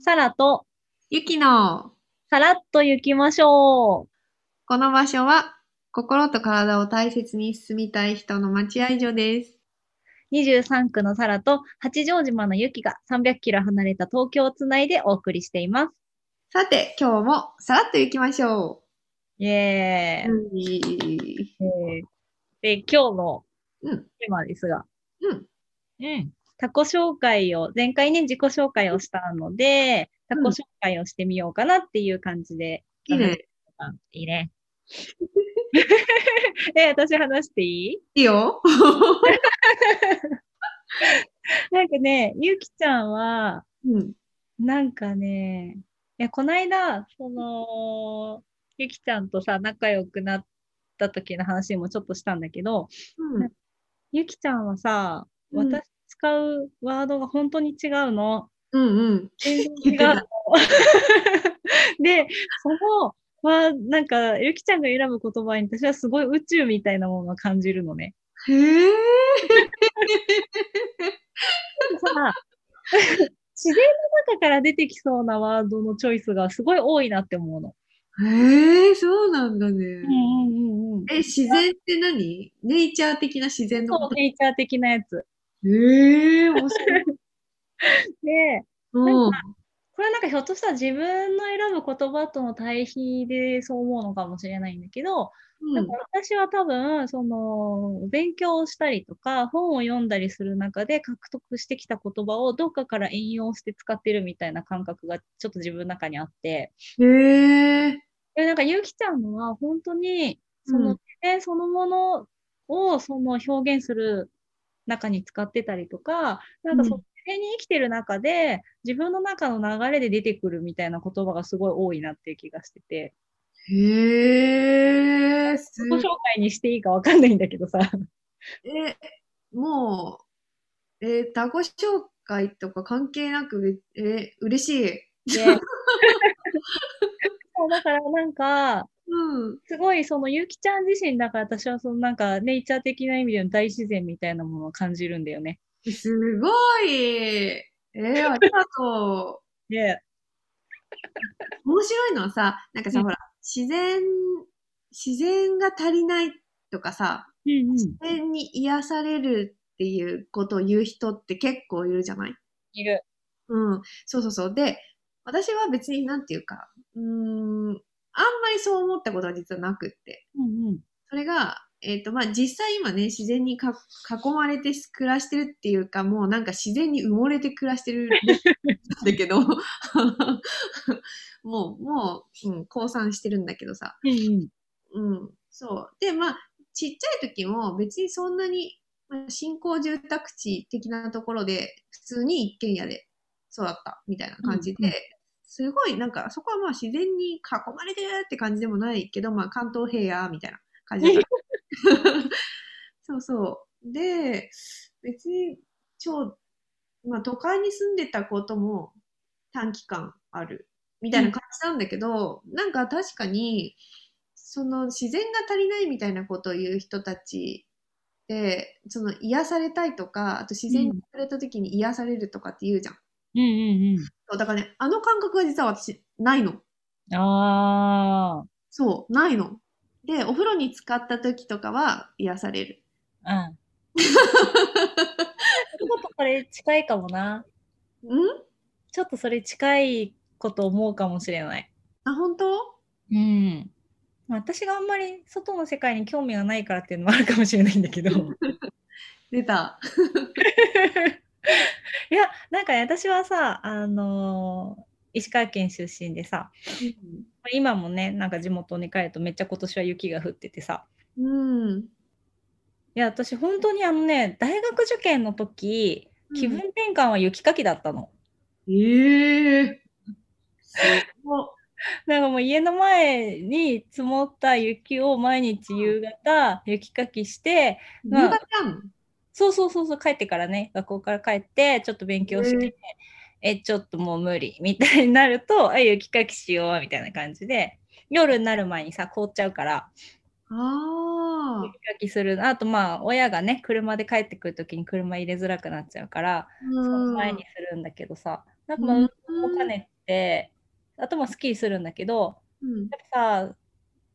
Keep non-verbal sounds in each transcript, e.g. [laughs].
サラとゆきの、さらっと行きましょう。この場所は、心と体を大切に進みたい人の待合所です。 23区のサラと八丈島のユキが300キロ離れた東京をつないでお送りしています。さて、今日もさらっと行きましょイエう。うんーイ。えーで、今日のうんテーマですが、うん。うん。他己紹介を、前回ね、自己紹介をしたので、他己紹介をしてみようかなっていう感じで。いいね。あいい [laughs] ね。え、私話していいいいよ。なんかね、ゆきちゃんは、うん。なんかね、いや、こないだ、その、ゆきちゃんとさ、仲良くなった時の話もちょっとしたんだけど、うん。ゆきちゃんはさ、うん私使うワードが本当に違うの。 [laughs] うんうん。全然言違ってたうの。 [laughs] で、その、は、なんか、ゆきちゃんが選ぶ言葉に私はすごい宇宙みたいなものを感じるのね。へえ。でさ、 [laughs] 自然の中から出てきそうなワードのチョイスがすごい多いなって思うの。へえ、そうなんだねう。んうんうんうん。え、自然って何ネイチャー的な自然のそ [laughs] こう、とネイチャー的なやつ。へえ、面白い。で、うん。これなんかひょっとしたら自分の選ぶ言葉との対比でそう思うのかもしれないんだけど、なんか私は多分、その、勉強をしたりとか、本を読んだりする中で獲得してきた言葉をどっかから引用して使ってるみたいな感覚がちょっと自分の中にあって、うん。へえ。でなんかゆきちゃんのは本当に、そのうん自然そのものをその表現する中に使ってたりとか、なんかそのう自然に生きてる中で、自分の中の流れで出てくるみたいな言葉がすごい多いなっていう気がしてて、へえ、すご紹介にしていいかわかんないんだけどさ。え、もう、えー、他己紹介とか関係なく、えー、嬉しい。で [laughs] そうだからなんか、うん。すごいそのゆきちゃん自身だから私はそのなんかネイチャー的な意味での大自然みたいなものを感じるんだよね。すごい。えー、ありがとで、う。面白いのはさ、なんかうさ、んほら、自然、自然が足りないとかさ、うんうん。自然に癒されるっていうことを言う人って結構いるじゃないいる。うん、そうそうそう。で、私は別になんていうか、うーん、あんまりそう思ったことは実はなくって。うんうん。それが、えっ、と、まあ、実際今ね、自然にか囲まれて暮らしてるっていうか、もうなんか自然に埋もれて暮らしてるんだけど、 [laughs] もう、もう、うん、降参してるんだけどさ。うんうん。うん、そう。で、まあ、ちっちゃい時も別にそんなに、まあ、新興住宅地的なところで、普通に一軒家で育ったみたいな感じで、うんうんすごいなんか、そこはまあ自然に囲まれてるって感じでもないけど、まあ関東平野みたいな感じ [laughs] だった。そうそう。で、別に超、まあ都会に住んでたことも短期間あるみたいな感じなんだけど、なんか確かに、その自然が足りないみたいなことを言う人たちで、その癒されたいとか、あと自然に触れた時に癒されるとかって言うじゃん。うんうんうそうだからね、あの感覚が実は私、ないの。ん。あそう、ないの。で、お風呂に使った時とかは癒される。 [laughs] あ。うん。ちょっとこれ近いかもな。うんちょっとそれ近いこと思うかもしれない。あ、本当うん。まあ私があんまり外の世界に興味がないからっていうのもあるかもしれないんだ [laughs] けど。出た。いや、なんかね、私はさ、あのー石川県出身でさ、今もね、なんか地元に帰るとめっちゃ今年は雪が降っててさ、うん。いや、私本当にあのね、大学受験の時、気分転換は雪かきだったの。ええすごなんかもう家の前に積もった雪を毎日夕方雪かきして、い。まあ夕方じゃん。そうそうそうそう帰ってからね学校から帰ってちょっと勉強して、え、ちょっともう無理、みたいになると、あ、 [laughs] 雪かきしよう、みたいな感じで、夜になる前にさ、凍っちゃうから、ああ雪。かきする。あと、まあ、親がね、車で帰ってくるときに車入れづらくなっちゃうから、その前にするんだけどさ、なんかまあ、運動も兼ねて、あとまあ、スキーするんだけど、うん。やっぱさ、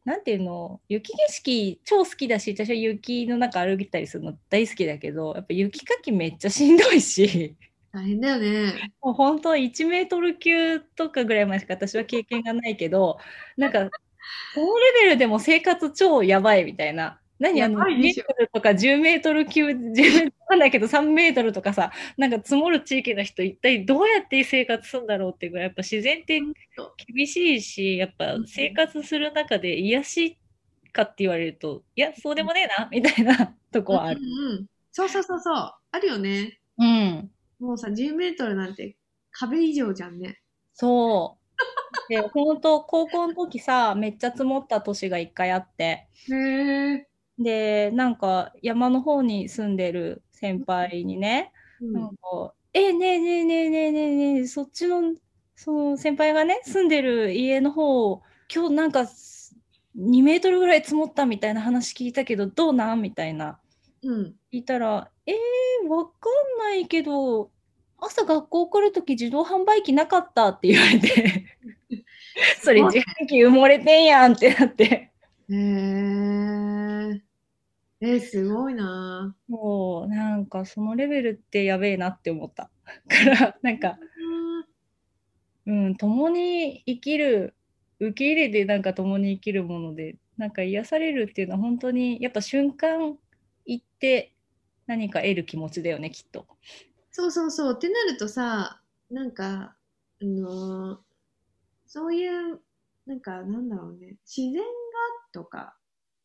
なんていうの、雪景色超好きだし、私は雪の中歩いたりするの大好きだけど、やっぱ雪かきめっちゃしんどいし。大変だよね。もう本当1メートル級とかぐらいまでしか私は経験がないけど、なんか、このレベルでも生活超やばいみたいな。何あの、やば2いメでーしょトルとか10メートル級、10メートルなんだけど3メートルとかさ、なんか積もる地域の人一体どうやって生活するんだろうっていうぐらい、やっぱ自然って厳しいし、やっぱ生活する中で癒しかって言われると、いや、そうでもねえな、みたいなとこはある。うんうん。そうそうそうそう。あるよね。うん。もうさ、10メートルなんて壁以上じゃんね。そう。で、本当高校の時さ、めっちゃ積もった年が一回あって、へえ。で、なんか山の方に住んでる先輩にね、うなんん。か、え、ねえねえねえねえねえねえ、そっちの、その先輩がね、住んでる家の方、今日なんか2メートルぐらい積もったみたいな話聞いたけど、どうなんみたいな。うん。聞いたら、えー、わかんないけど、朝学校来るとき自動販売機なかったって言われて、 [laughs] それすごい [laughs] 自販機埋もれてんやんってなって、へえ。えー、すごいな。もうなんかそのレベルってやべえなって思った。から、なんか、うんうん、共に生きる、受け入れてなんか共に生きるもので、なんか癒されるっていうのは本当に、やっぱ瞬間行って何か得る気持ちだよね、きっと。そうそうそう。ってなるとさ、なんか、あのーそういう、なんか、なんだろうね、自然がとか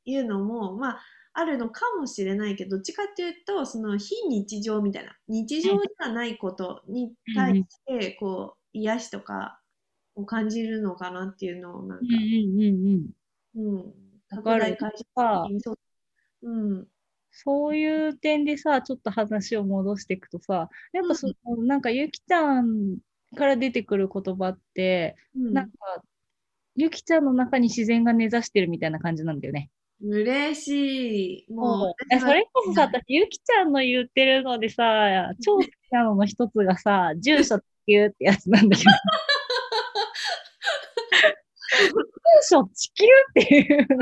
いうのも、まあ、あるのかもしれないけど、どっちかっていうと、その非日常みたいな、日常ではないことに対して、こう、癒しとかを感じるのかなっていうのを、なんか、うんうん。うん、わかる拡大解釈さ的にそう。うん、そういう点でさ、ちょっと話を戻していくとさ、やっぱその、なんかゆきちゃんから出てくる言葉って、うんなんか、ゆきちゃんの中に自然が根ざしてるみたいな感じなんだよね。嬉しい。もう、いやそれこそさ、私、ゆきちゃんの言ってるのでさ、超好きなのの一つがさ、住所地球ってやつなんだけど。住所地球っていう。見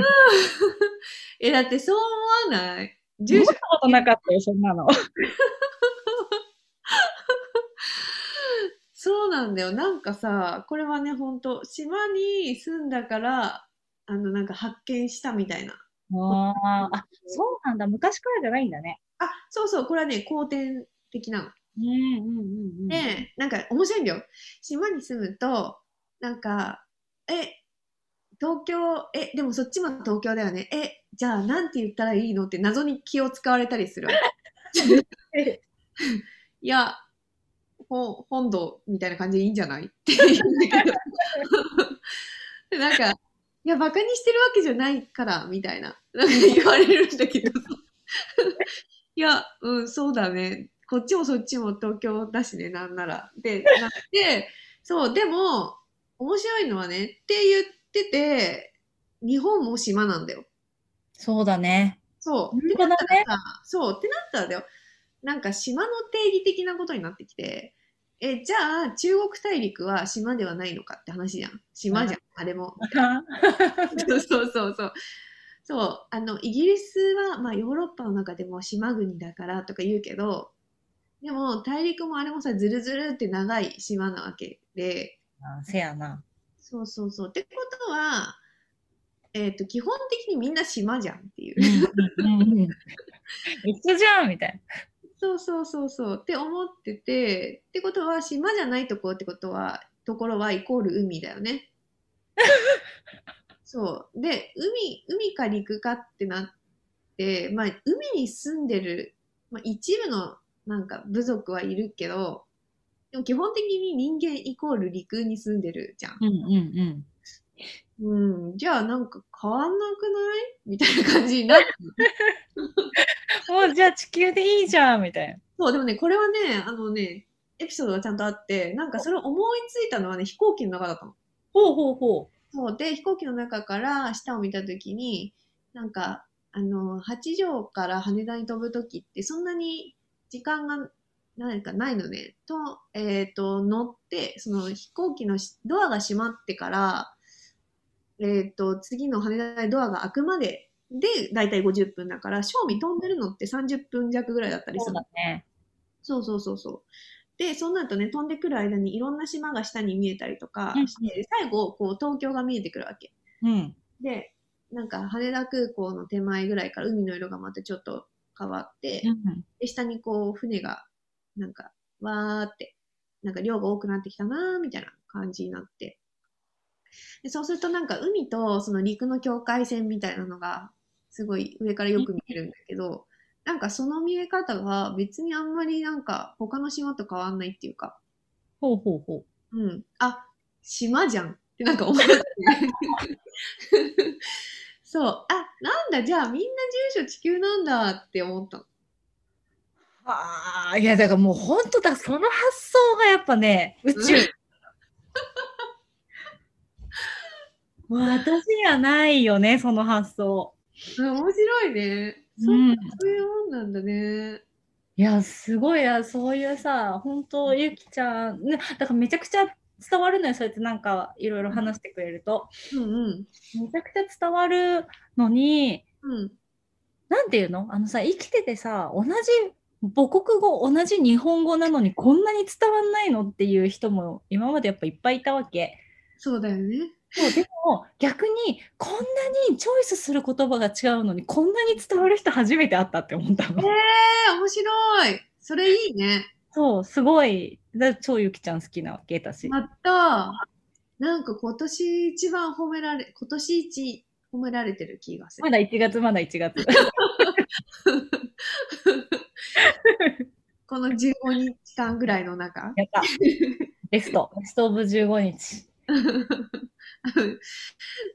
え、だってそう思わない住所たことなかったよ、そん [laughs] なの。そうなんだよ。なんかさ、これはね、ほんと、島に住んだから、あの、なんか発見したみたいな。あーあ、そうなんだ。昔からじゃないんだね。あ、そうそう、これはね、後天的なの。うんうんうんうん。で、なんか面白いんだよ。島に住むと、なんか、え、東京、え、でもそっちも東京だよね。え、じゃあなんて言ったらいいのって謎に気を使われたりする。 [laughs] いや、ほ本土みたいな感じでいいんじゃないって言うんだけど。でなんか、いや、バカにしてるわけじゃないから、みたいな。なんか言われるんだけど。いや、うん、そうだね。こっちもそっちも東京だしね、なんなら。で、なって、 [laughs] そう、でも、面白いのはね、って言ってて、日本も島なんだよ。そうだね。 [laughs] そう。本当だね。あそうってなったらだよなんか島の定義的なことになってきてえじゃあ中国大陸は島ではないのかって話じゃん島じゃんあれも [laughs] そうそうそうそうそうあのイギリスは、まあ、ヨーロッパの中でも島国だからとか言うけどでも大陸もあれもさずるずるって長い島なわけであせやな。そうそうそうってことは、えっと基本的にみんな島じゃんっていう。一緒じゃんみたいそうそうそうそうって思っててってことは島じゃないとこってことはところはイコール海だよね。そうで海海か陸かってなって、まあ、海に住んでる、まあ、一部のなんか部族はいるけどでも基本的に人間イコール陸に住んでるじゃん。な。うんうんうん。うん、じゃあなんか変わんなくないみたいな感じになってもうじゃあ地球でいいじゃんみたいそう、でもね、これはね、あのね、エピソードがちゃんとあって、なんかそれを思いついたのはね、飛行機の中だったの。ほうほうほう。そう。で、飛行機の中から下を見たときに、なんか、あの、八条から羽田に飛ぶときって、そんなに時間が、なんかないのね。と、えっ、と、乗って、その飛行機のしドアが閉まってから、えっ、と、次の羽田にドアが開くまで、で、だいたい50分だから、正味飛んでるのって30分弱ぐらいだったりすそるうのだね。そうそうそうそう。で、そうなるとね、飛んでくる間にいろんな島が下に見えたりとかうんうんして、で最後、こう、東京が見えてくるわけ。うん。で、なんか、羽田空港の手前ぐらいから海の色がまたちょっと変わって、うん。で、下にこう、船が、なんか、わーって、なんか量が多くなってきたなーみたいな感じになって。でそうするとなんか海とその陸の境界線みたいなのがすごい上からよく見えるんだけど、なんかその見え方が別にあんまりなんか他の島と変わんないっていうか、ほうほうほう。うん。あ、島じゃんってなんか思って。 [laughs] そう。あ、なんだ、じゃあみんな住所地球なんだって思ったの。ああ、いや、だからもう本当だ、その発想がやっぱね、宇宙。もう私にはないよね、その発想。あ面白いね。そう,、うんそういうもんなんだね。いや、すごいな、そういうさ、本当ゆきちゃん、ね、だからめちゃくちゃ伝わるのよ、そうやってなんかいろいろ話してくれると。うんうん。めちゃくちゃ伝わるのに、うん。なんていうのあのさ、生きててさ、同じ母国語、同じ日本語なのにこんなに伝わんないのっていう人も今までやっぱいっぱいいたわけ。そうだよね。そうでも逆にこんなにチョイスする言葉が違うのにこんなに伝わる人初めて会ったって思ったえの。え面白い。それいいね。そう、すごい。だ超ゆきちゃん好きなわけだし。また、なんか今年一番褒められ、今年一褒められてる気がす [laughs] まる。だ1月、まだ1月。 [laughs] この15日間ぐらいの中。やった。ベスト。ベストオブ15日。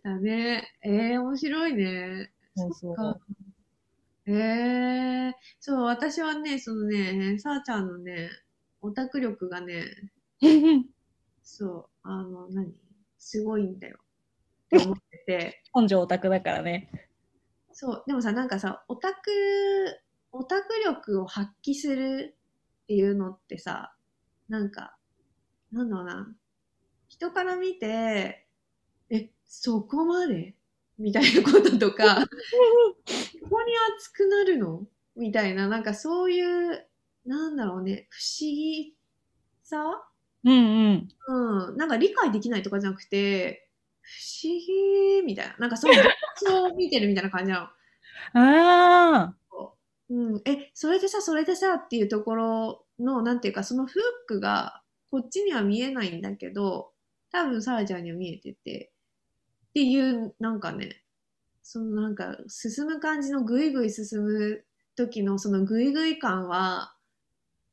だね。ええ面白いね。そうそう。そっかええそう、私はね、そのね、さあちゃんのね、オタク力がね、そう、あの、何すごいんだよ。って思ってて。根性オタクだからね。そう、でもさ、なんかさ、オタク、オタク力を発揮するっていうのってさ、なんか、なんだろうな。人から見て、え、そこまでみたいなこととか、ここに熱くなるのみたいな、なんかそういう、なんだろうね、不思議さうんうん。うん、なんか理解できないとかじゃなくて、不思議みたいな。なんかその現象を見てるみたいな感じなああ。の。うん、え、それでさ、それでさっていうところの、なんていうか、そのフックが、こっちには見えないんだけど、多分、サラちゃんには見えてて、っていう、なんかね、そのなんか、進む感じのぐいぐい進む時の、そのぐいぐい感は、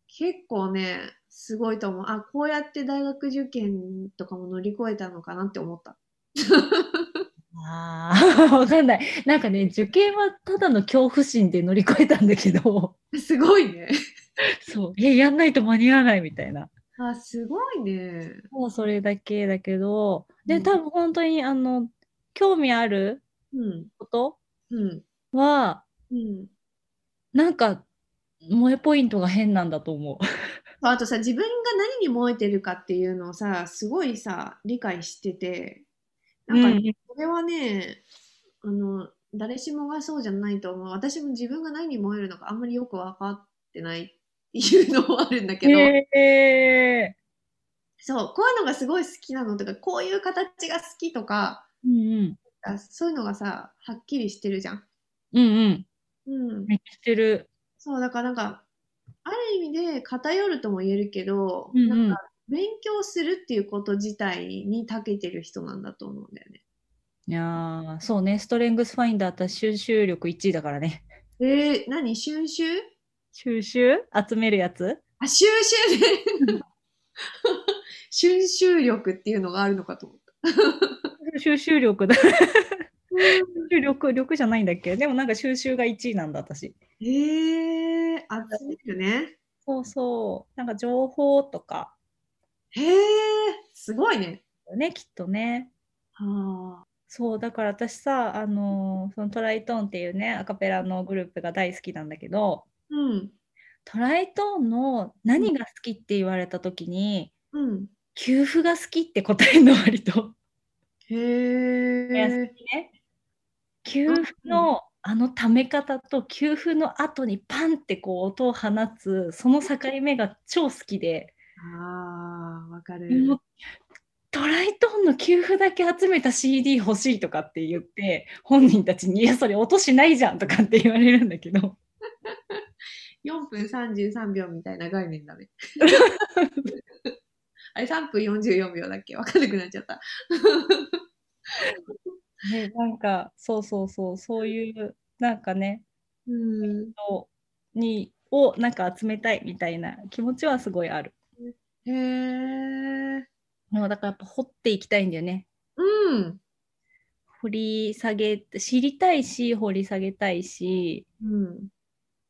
結構ね、すごいと思う。あ、こうやって大学受験とかも乗り越えたのかなって思った。ああ。 [laughs] わかんない。なんかね、受験はただの恐怖心で乗り越えたんだけど、すごいね。そう。え、やんないと間に合わないみたいな。あ、すごいね。もうそれだけだけど、うで、ん多分本当に、あの、興味あるうん、ことうん、は、うん。なんか、萌えポイントが変なんだと思う。あとさ、自分が何に燃えてるかっていうのをさ、すごいさ、理解してて、なんか、うんうんこれはね、あの、誰しもがそうじゃないと思う。私も自分が何に燃えるのかあんまりよく分かってないっていうのもあるんだけど、へえそう、こういうのがすごい好きなのとか、こういう形が好きとか、うんあそういうのがさ、はっきりしてるじゃん。うん。うんうん。うん。めっちゃしてる。そう、だからなんか、ある意味で偏るとも言えるけど、うんうんなんか勉強するっていうこと自体に長けてる人なんだと思うんだよね。いやーそうね、ストレングスファインダー私収集力1位だからね。えー、何収集収集集めるやつあ、収集ね。 [laughs] 収集力っていうのがあるのかと思った。収集力だ。収集力、力じゃないんだっけでもなんか収集が1位なんだ、私。えー、集めるね。そうそう。なんか情報とか、へえ、すごいね。ね、きっとね。はあ。そう、だから私さ、あのーそのトライトーンっていうね、アカペラのグループが大好きなんだけど、うん。トライトーンの何が好きって言われた時に、うん。給付が好きって答えるの割と。へやえ。ね。給付のあのため方と給付の後にパンってこう音を放つ、その境目が超好きで、ああ、わかる。もうトライトーンの給付だけ集めた CD 欲しいとかって言って、本人たちに、いや、それ音しないじゃんとかって言われるんだけど。 4分33秒みたいな概念だ [laughs] ね。あれ、3分44秒だっけわかんなくなっちゃった。ね、なんかそうそうそうそういうなんかねうん。人にをなんか集めたいみたいな気持ちはすごいある。へえ。もうだからやっぱ掘っていきたいんだよね。うん。掘り下げ知りたいし掘り下げたいしうん。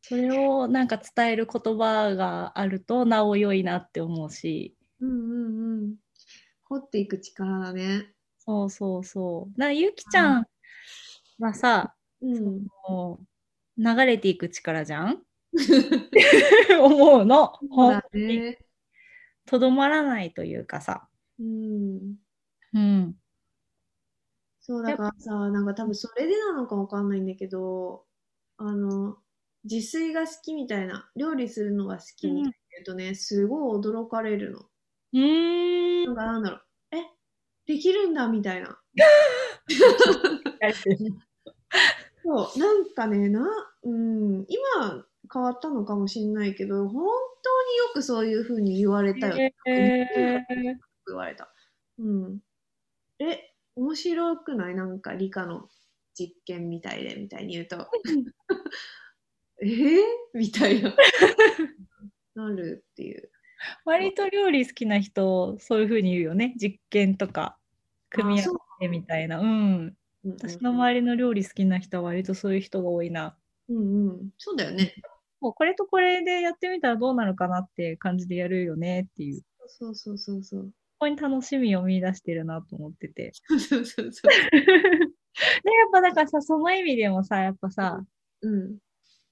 それをなんか伝える言葉があるとなお良いなって思うしうんうんうん。掘っていく力だね。そうそうそう。だからゆきちゃんはさ、うん。もう流れていく力じゃ [laughs] ん思うの。そうほだんね。とどまらないというかさ。うん。うん。そうだからさ、なんか多分それでなのかわかんないんだけど、あの、自炊が好きみたいな、料理するのが好きみたいな言うとね、すごい驚かれるの。うーんなんかなんだろう、え、できるんだみたいな。そう、なんかね、な、うん、今変わったのかもしんないけど、本当によくそういう風に言われたよ。えー言われた。うん。え、面白くないなんか理科の実験みたいで、みたいに言 [laughs] うと、えー、みたいな。なるっていう。割と料理好きな人そういうふうに言うよね実験とか組み合わせてみたいなうんうんうん私の周りの料理好きな人は割とそういう人が多いなうんうん。そうだよね。もうこれとこれでやってみたらどうなるかなって感じでやるよねっていうそうそうそうそう。 [laughs] ここに楽しみを見出してるなと思って [laughs] てそうそうそうそでやっぱだからさその意味でもさやっぱさう。うん。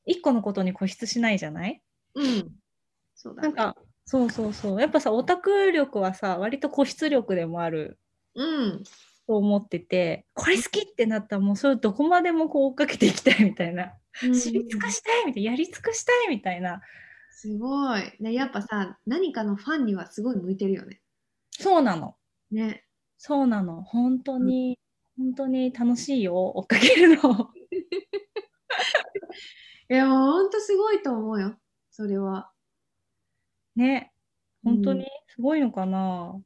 一個のことに固執しないじゃないうん。そうだなね。んか、そうそうそう。やっぱさ、オタク力はさ、割と固執力でもあるうん。と思ってて、これ好きってなったら、もうそれをどこまでもこう追っかけていきたいみたいな。知り尽くしたいみたいな。やり尽くしたいみたいな。すごい。ね、やっぱさ、何かのファンにはすごい向いてるよね。そうなの。ね。そうなの。本当に、本当に楽しいよ。追っかけるの。 [laughs] いや、もうほんとすごいと思うよ。それは。ね。本当にうんすごいのかな。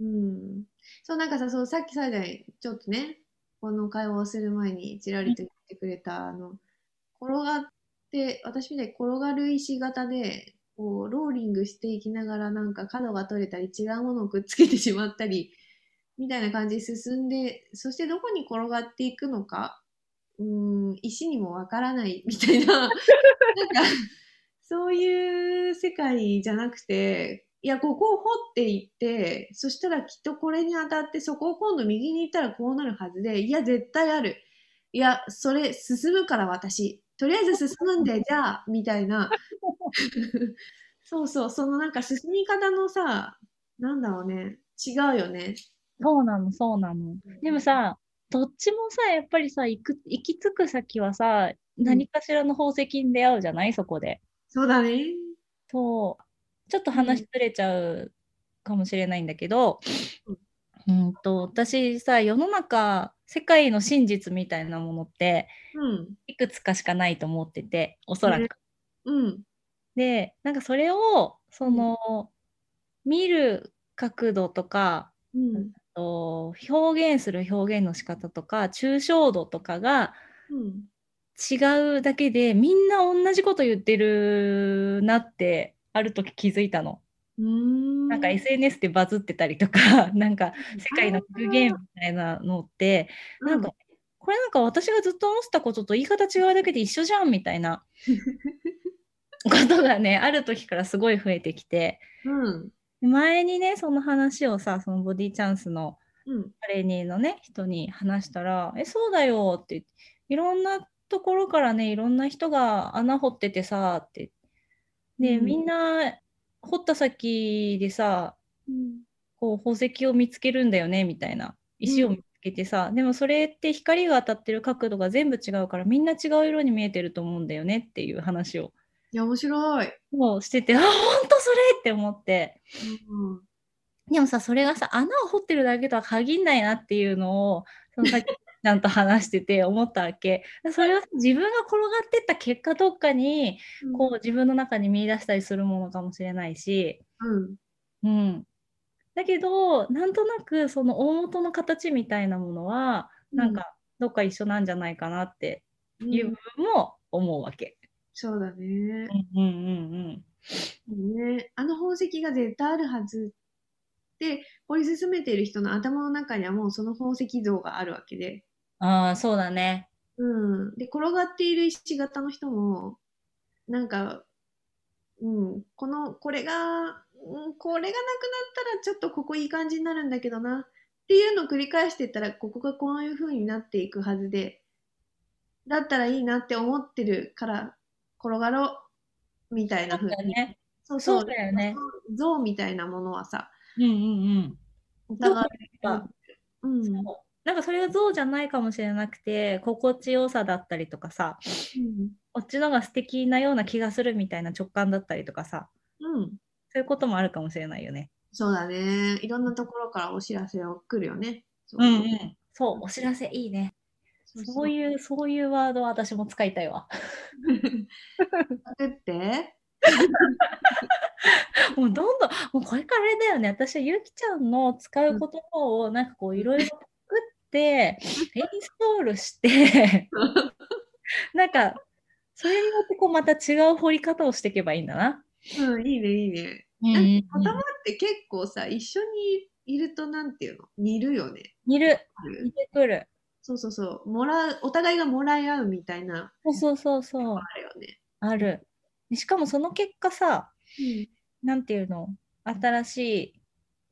うん。そう、なんかさ、そう、さっき最大、ちょっとね、この会話をする前に、ちらりと言ってくれた、あの、転がって、私みたいに転がる石型で、こう、ローリングしていきながら、なんか角が取れたり、違うものをくっつけてしまったり、みたいな感じで進んで、そしてどこに転がっていくのか、うーん、石にもわからない、みたいな、なんか、そういう世界じゃなくて、いや、ここを掘っていって、そしたらきっとこれに当たって、そこを今度右に行ったらこうなるはずで、いや、絶対ある。いや、それ進むから私。とりあえず進 [laughs] んで、じゃあ、みたいな。 [laughs] そうそう、そのなんか進み方のさ、なんだろうね、違うよね。そうなの、そうなの。でも、さ、どっちもさ、やっぱりさ、行く行き着く先はさ、何かしらの宝石に出会うじゃないそこで。そうだね。そう、ちょっと話うんずれちゃうかもしれないんだけどううん、んと、私さ、世の中、世界の真実みたいなものって、うん、いくつかしかないと思ってて、おそらく。うん、で、なんかそれを、その、見る角度とか、うん、と表現する表現の仕方とか、抽象度とかがうん。違うだけで、みんな同じこと言ってるなって、ある時気づいたの。うーん。なんか SNS でバズってたりとか、 [laughs] なんか世界の格言みたいなのって、うん、なんか [laughs] これなんか私がずっと思ってたことと言い方違うだけで一緒じゃんみたいな。ことがね、ある時からすごい増えてきて、うん。前にね、その話をさ、そのボディチャンスのうん。トレーニーのね、人に話したら、え、そうだよって、いろんなところからね、いろんな人が穴掘っててさ、って。で、うんみんな掘った先でさ、うん。こう宝石を見つけるんだよねみたいな石を見つけてさ、でもそれって光が当たってる角度が全部違うからみんな違う色に見えてると思うんだよねっていう話をいや、面白い。もうしててあ本当それって思ってうん。でもさそれがさ穴を掘ってるだけとは限んないなっていうのをそ [laughs] のさっきちゃんと話してて思ったわけそれは自分が転がってった結果どっかにこう自分の中に見出したりするものかもしれないしうん。うん、だけどなんとなくその大元の形みたいなものはなんかどっか一緒なんじゃないかなってうん、いう部分も思うわけ。そうだね。うんうんね、あの宝石が絶対あるはずって掘り進めている人の頭の中にはもうその宝石像があるわけで、うん、ああそうだね。うん、で転がっている石型の人もなんか、うん、このこれが、うん、これがなくなったらちょっとここいい感じになるんだけどなっていうのを繰り返してったらここがこういう風になっていくはずでだったらいいなって思ってるから転がろうみたいなそう風だにね。そうそうだよね。像みたいなものはさ、うんうんおうん。どこ互いか、うん、うんなんかそれが像じゃないかもしれなくて心地よさだったりとかさこっちのが素敵なような気がするみたいな直感だったりとかさうん、そういうこともあるかもしれないよね。そうだね。いろんなところからお知らせを来るよね。そううん。そうお知らせいいね。そうそそうう [laughs] いう。いう、そういうワードは私も使いたいわ。作って。 [laughs] もうどんどん、もうこれからあれだよね。私はゆきちゃんの使う言葉をなんかこういろいろ作って、インストール [laughs] して、なんか、それによってこうまた違う掘り方をしていけばいいんだな。うん、いいね、いいね。うんうん頭って結構さ、一緒にいるとなんていうの似るよね。煮る、煮てくる。そうそうそう。もらう、お互いがもらい合うみたいな、そうそうそうそうあ、るよね。ある。でしかもその結果さ、なんていうの新しい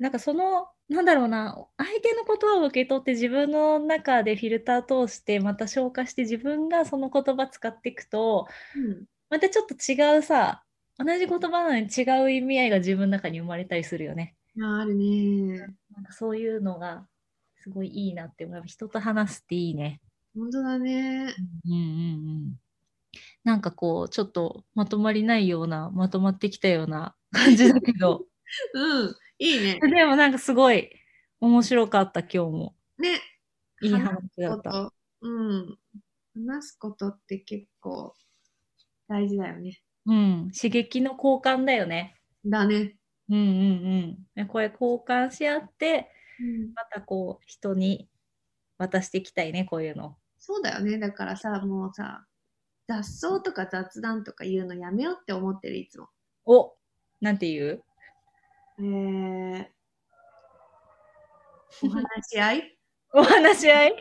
なんかそのなんだろうな相手の言葉を受け取って自分の中でフィルター通してまた消化して自分がその言葉使っていくとうん。またちょっと違うさ同じ言葉なのに違う意味合いが自分の中に生まれたりするよねうん。ああるね。なんかそういうのがすごいいいなって思う人と話すっていいね本当だね。うんうんうんなんかこうちょっとまとまりないようなまとまってきたような [laughs] 感じだけ [laughs] どうん。いいね。でもなんかすごい面白かった今日も。ね。いい話だこった。と、うん。話すことって結構大事だよね。うん、刺激の交換だよね。だね。うんうんうん。これ交換し合って、またこう人に渡していきたいね、こういうの。そうだよね。だからさ、もうさ、雑草とか雑談とか言うのやめようって思ってる、いつも。おなんて言うえー、お話し合 [laughs] いお話し合い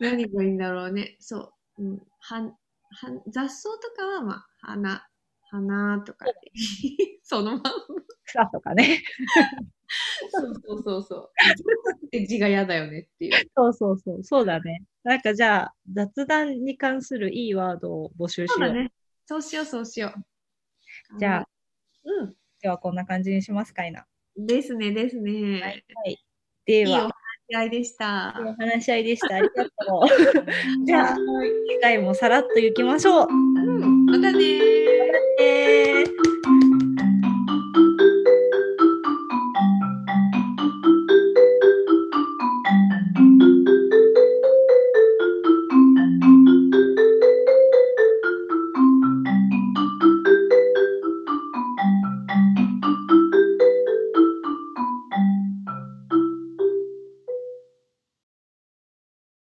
何がいいんだろうね。そう。うん、はんはん雑草とかは、まあ、花、花とかで。 [laughs] そのまんま。草とかね。そうそうそうそう。って字が嫌だよねっていう。そうそうそう。そうだね。なんかじゃあ、雑談に関するいいワードを募集しそうよう。だね。そうしよう、そうしよう。じゃあ、うではこんな感じにしますかいな。ん。ですね、ですね。はいい、でいおは話、し合いでした。お話し合いでした。ありがとう。 [laughs] じゃあ、はい次回もさらっと行きましょう。うん、またねー。えー